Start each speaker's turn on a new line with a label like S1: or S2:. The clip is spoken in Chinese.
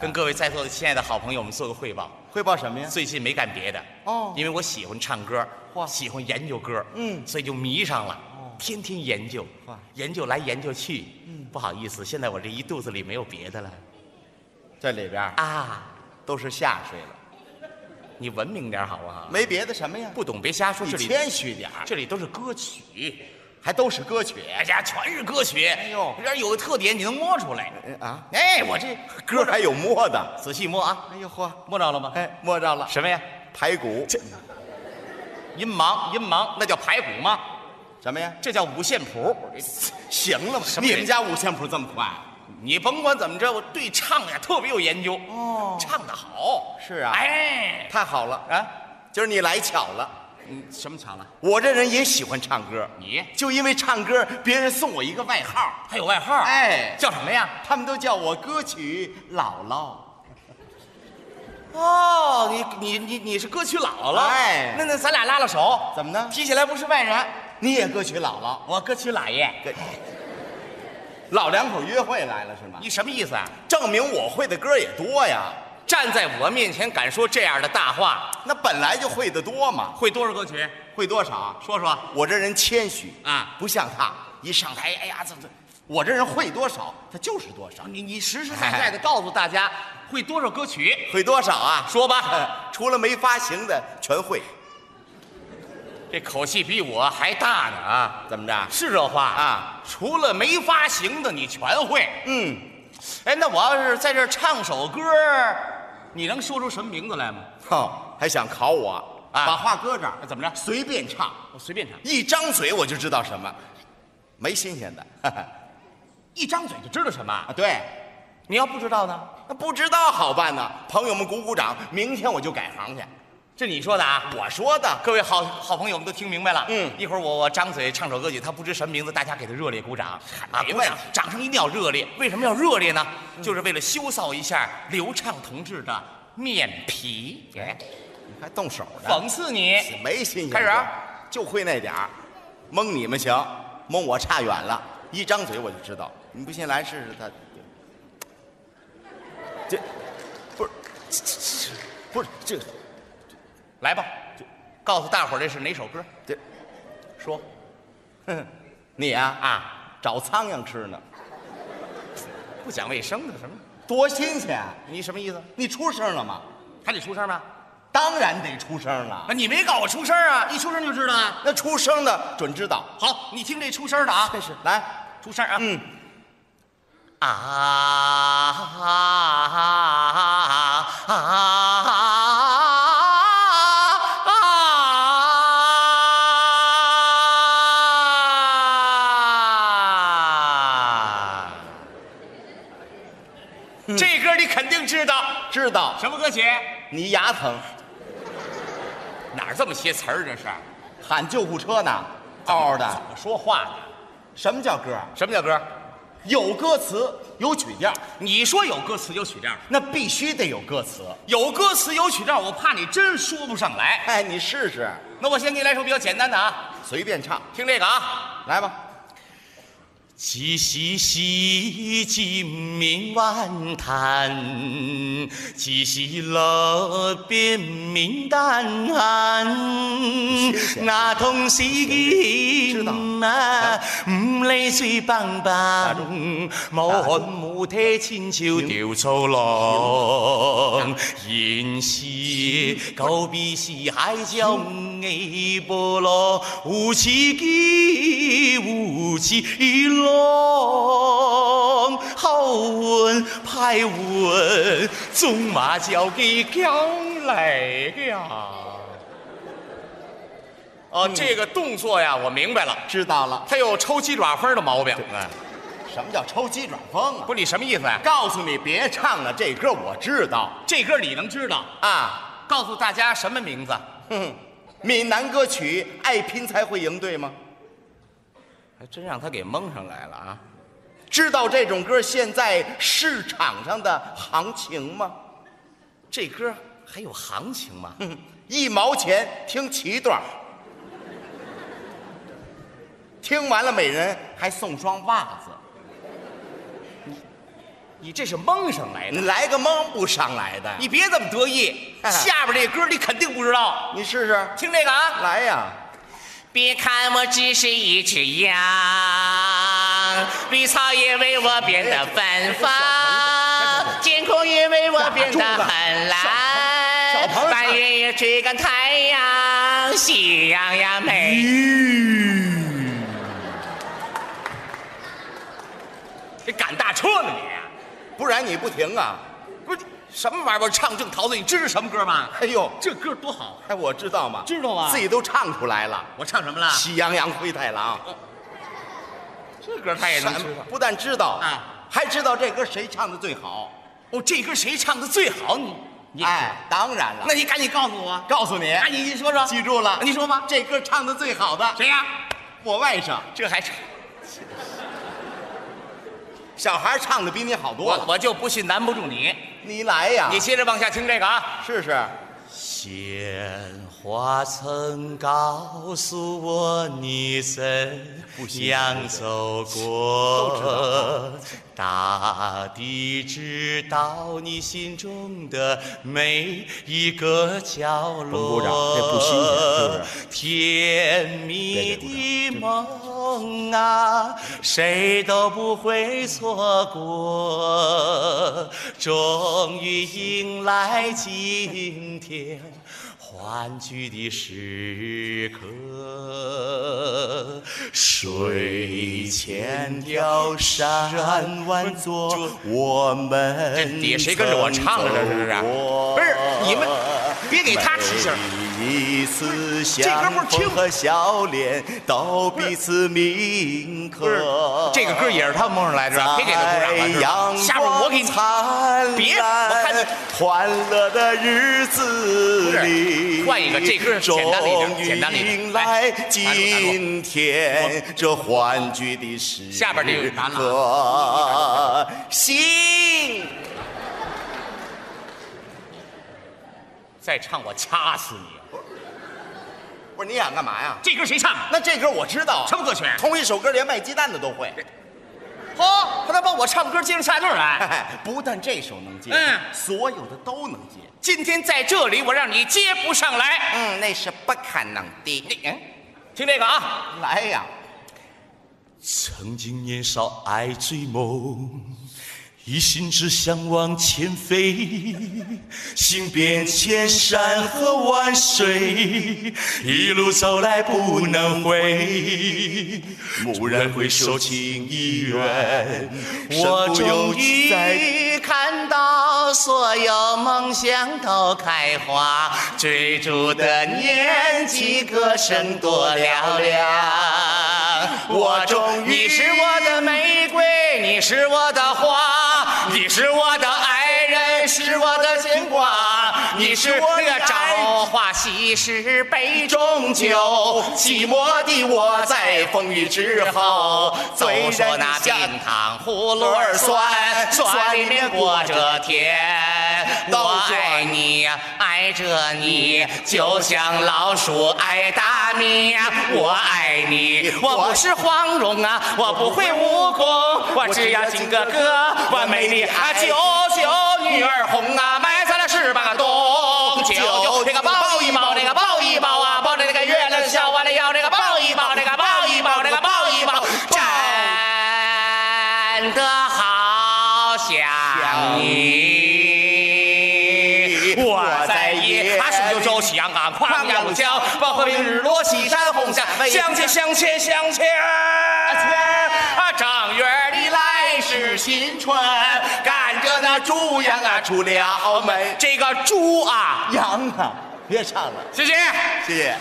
S1: 跟各位在座的亲爱的好朋友们做个汇报。
S2: 汇报什么呀？
S1: 最近没干别的
S2: 哦
S1: 因为我喜欢唱歌
S2: 嚯，
S1: 喜欢研究歌，
S2: 嗯哦
S1: 所以就迷上了，天天研究
S2: 嚯，
S1: 研究来研究去，
S2: 嗯
S1: 不好意思，现在我这一肚子里没有别的了
S2: 这里边儿
S1: 啊，
S2: 都是下水了，
S1: 你文明点好不好？
S2: 没别的什么呀？
S1: 不懂别瞎说，
S2: 你
S1: 这里
S2: 谦虚点儿，
S1: 这里都是歌曲，
S2: 还都是歌曲
S1: 大家全是歌曲，哎
S2: 呦
S1: 这有个特点你能摸出来，
S2: 哎啊，
S1: 哎，我这
S2: 歌还有摸的。
S1: 仔细摸啊，
S2: 哎呦嚯，
S1: 摸着了吗？
S2: 哎，摸着了，
S1: 什么呀？
S2: 排骨
S1: 音盲，音盲，那叫排骨吗？
S2: 什么呀？
S1: 这叫五线 谱。
S2: 行了吧？
S1: 什么
S2: 你
S1: 人
S2: 们家五线谱这么快？
S1: 你甭管怎么着，我对唱呀特别有研究。哦，唱得好。
S2: 是啊
S1: 哎，
S2: 太好了，
S1: 啊，
S2: 今儿你来巧了。
S1: 嗯，什么巧了？
S2: 我这人也喜欢唱歌，
S1: 你
S2: 就因为唱歌，别人送我一个外号，
S1: 还有外号？
S2: 哎
S1: 叫什么呀？
S2: 他们都叫我歌曲姥姥。
S1: 哦，你你你你是歌曲姥姥。
S2: 哎
S1: 那那咱俩拉拉手，
S2: 怎么呢
S1: 提起来不是外人，
S2: 你也歌曲姥姥，
S1: 我歌曲姥爷。
S2: 老两口约会来了是吗？
S1: 你什么意思啊？
S2: 证明我会的歌也多呀，
S1: 站在我面前敢说这样的大话，
S2: 那本来就会的多嘛，
S1: 会多少歌曲？
S2: 会多少？
S1: 说说。
S2: 我这人谦虚
S1: 啊
S2: 不像他一上台，哎呀，这这，我这人会多少，他就是多少。
S1: 你你实实在在的告诉大家会多少歌曲，
S2: 会多少啊？
S1: 说 吧。
S2: 呃除了没发行的全会，
S1: 这口气比我还大呢啊！
S2: 怎么着？
S1: 是这话
S2: 啊，
S1: 除了没发行的你全会。
S2: 嗯，
S1: 哎，那我要是在这儿唱首歌，你能说出什么名字来吗？
S2: 哦，还想考我
S1: 啊
S2: 把话搁这儿，
S1: 怎么着？
S2: 随便唱，
S1: 我随便唱，
S2: 一张嘴我就知道什么，没新鲜的。
S1: 一张嘴就知道什么。
S2: 啊，对，
S1: 你要不知道呢？
S2: 那不知道好办呢。朋友们鼓鼓掌，明天我就改行去。
S1: 这你说的啊？
S2: 我说的，
S1: 各位好好朋友们都听明白了。
S2: 嗯
S1: 一会儿我我张嘴唱首歌曲，他不知什么名字，大家给他热烈鼓掌啊！
S2: 没
S1: 鼓
S2: 问
S1: 掌嗯
S2: 题，
S1: 掌声一定要热烈。为什么要热烈呢？就是为了羞臊一下刘畅同志的面皮。哎，
S2: 你还动手呢？
S1: 讽刺你。
S2: 没新鲜的。
S1: 开始啊
S2: 就会那点儿，蒙你们行，蒙我差远了。一张嘴我就知道，啊你不信来试试他。啊这不是，这不是这
S1: 来吧，告诉大伙儿这是哪首歌。
S2: 这
S1: 说
S2: 你呀啊，
S1: 啊，
S2: 找苍蝇吃呢，
S1: 不讲卫生的什么？
S2: 多新鲜啊！
S1: 你什么意思？
S2: 你出声了吗？
S1: 还得出声吗？
S2: 当然得出声了
S1: 啊，。你没搞我出声啊！一出声就知道啊。
S2: 那出声的准知道。
S1: 好，你听这出声的啊，
S2: 这是来，
S1: 出声啊。
S2: 嗯。
S1: 啊啊啊啊啊！这歌你肯定知道，
S2: 知道
S1: 什么歌曲？
S2: 你牙疼，
S1: 哪儿这么些词儿？这是
S2: 喊救护车呢，嗷嗷的。
S1: 我说话呢。
S2: 什么叫歌？
S1: 什么叫歌？
S2: 有歌词，有曲调，
S1: 你说有歌词有曲调，
S2: 那必须得有歌词。
S1: 有歌词有曲调，我怕你真说不上来。
S2: 哎，你试试，
S1: 那我先给你来首比较简单的啊，
S2: 随便唱，
S1: 听这个啊。
S2: 来吧。
S1: 一时是金明晚叹，一时落变明淡。那同是囡啊，唔理水棒棒，无痕无体，亲像稻草人。人是狗比是海鸟的波浪，有翅鸡有翅龙，好运歹运，总嘛交给交来呀。哦，这个动作呀，我明白了，
S2: 知道了，哎
S1: 他有抽鸡爪风的毛病。
S2: 什么叫抽鸡转风啊？
S1: 不是你什么意思啊？
S2: 告诉你别唱了，这歌我知道
S1: 这歌你能知道？
S2: 啊。
S1: 告诉大家什么名字？
S2: 哼，闽南歌曲《爱拼才会赢》对吗？
S1: 还真让他给蒙上来了啊！
S2: 知道这种歌现在市场上的行情吗？
S1: 这歌还有行情吗？
S2: 哼，一毛钱听七段儿，听完了每人还送双袜子。
S1: 你这是蒙上来的，
S2: 你来个蒙不上来的，
S1: 你别这么得 意。下边这歌你肯定不知道，
S2: 你试试，
S1: 听这个啊。
S2: 来呀！
S1: 别看我只是一只羊，绿草也为我变得芬芳，天空也为我变得很蓝，白云也追赶太阳，喜羊羊美。你赶大车呢你？
S2: 不然你不停啊！
S1: 不是什么玩意儿？我唱正陶醉，你知道什么歌吗？
S2: 哎呦，
S1: 这歌多好，
S2: 哎，我知道嘛，
S1: 知道啊
S2: 自己都唱出来了，
S1: 我唱什么了
S2: 《喜羊羊灰太狼》
S1: 这歌他也哎能知道。
S2: 不但知道
S1: 啊，
S2: 还知道这歌谁唱的最好。
S1: 哦，这歌谁唱的最好？你你
S2: 哎，当然了
S1: 那，你赶紧告诉我，
S2: 告诉你，
S1: 那你你说说，
S2: 记住了，
S1: 你说吧，
S2: 这歌唱的最好的，
S1: 谁呀、
S2: 我外甥，
S1: 这还唱？
S2: 小孩唱的比你好多
S1: 我
S2: 了。
S1: 我就不信难不住你。
S2: 你来呀，
S1: 你接着往下听这个啊，
S2: 试试。
S3: 鲜花曾告诉我你怎样走过，大地知道你心中的每一个角
S2: 甭鼓
S3: 落。
S2: 掌这不新鲜是不是
S3: 甜蜜的梦啊，谁都不会错过。终于迎来今天欢聚的时刻。水前调山万座，我们
S1: 这底下谁跟着我唱了这是不是
S3: 曾走过
S1: 不是你们别给他提醒。
S3: 每一次
S1: 这歌
S3: 相
S1: 不是听
S3: 逢和笑脸都彼此铭刻。
S1: 这个歌也是他蒙上来的，别给他鼓掌了是吧。
S3: 在哎阳
S1: 下边我给你，
S3: 光灿
S1: 别我看
S3: 烂
S1: 你、
S3: 欢乐的日子里，
S1: 不是换一个这歌
S3: 终
S1: 简单了一点哎简单了一
S3: 于
S1: 点
S3: 迎来
S1: 来
S3: 今天这欢聚的时刻。
S1: 下边这个难了
S3: 心。
S1: 再唱我掐死你！
S2: 不是你想干嘛呀？
S1: 这歌谁唱？
S2: 那这歌我知道啊，
S1: 什么歌曲
S2: 同一首歌连卖鸡蛋的都会。
S1: 嚯，他把我唱歌接着下句儿来。
S2: 哎， 不但这首能接，
S1: 嗯
S2: 所有的都能接。
S1: 今天在这里，我让你接不上来。
S2: 嗯，那是不可能的。
S1: 你嗯，听这个啊，
S2: 来呀，
S3: 曾经年少爱追梦，一心只想往前飞，行遍千山和万水，一路走来不能回。蓦然回首，情已远，
S2: 我
S3: 身不由
S2: 终于
S3: 己。
S1: 看到所有梦想都开花，追逐的年纪，歌声多嘹亮。我终于，你是我的玫瑰，你是我的花，你是我的爱人，是我的牵挂，你是我的朝花夕拾杯中酒，寂寞的我在风雨之后，走说那冰糖葫芦儿酸，酸里面裹着甜。我爱你，爱着你，就像老鼠爱大米。我爱你，我不是黄蓉啊，我不会武功，我只要金哥哥，我美丽啊，九九女儿红啊，埋在了翅膀啊，咚九九这个抱一抱，那个抱一抱啊，抱着那个月亮笑弯了腰，那个抱一抱，那个抱一抱，那个抱一抱，真的好想你。我在夜，啊，顺流舟，香港跨阳江，望回明日落，西山红霞，相见相牵相牵。啊，正月儿里来是新春，赶着那猪羊啊出了门。这个猪啊，
S2: 羊啊，别唱了，
S1: 谢谢。
S2: 谢谢。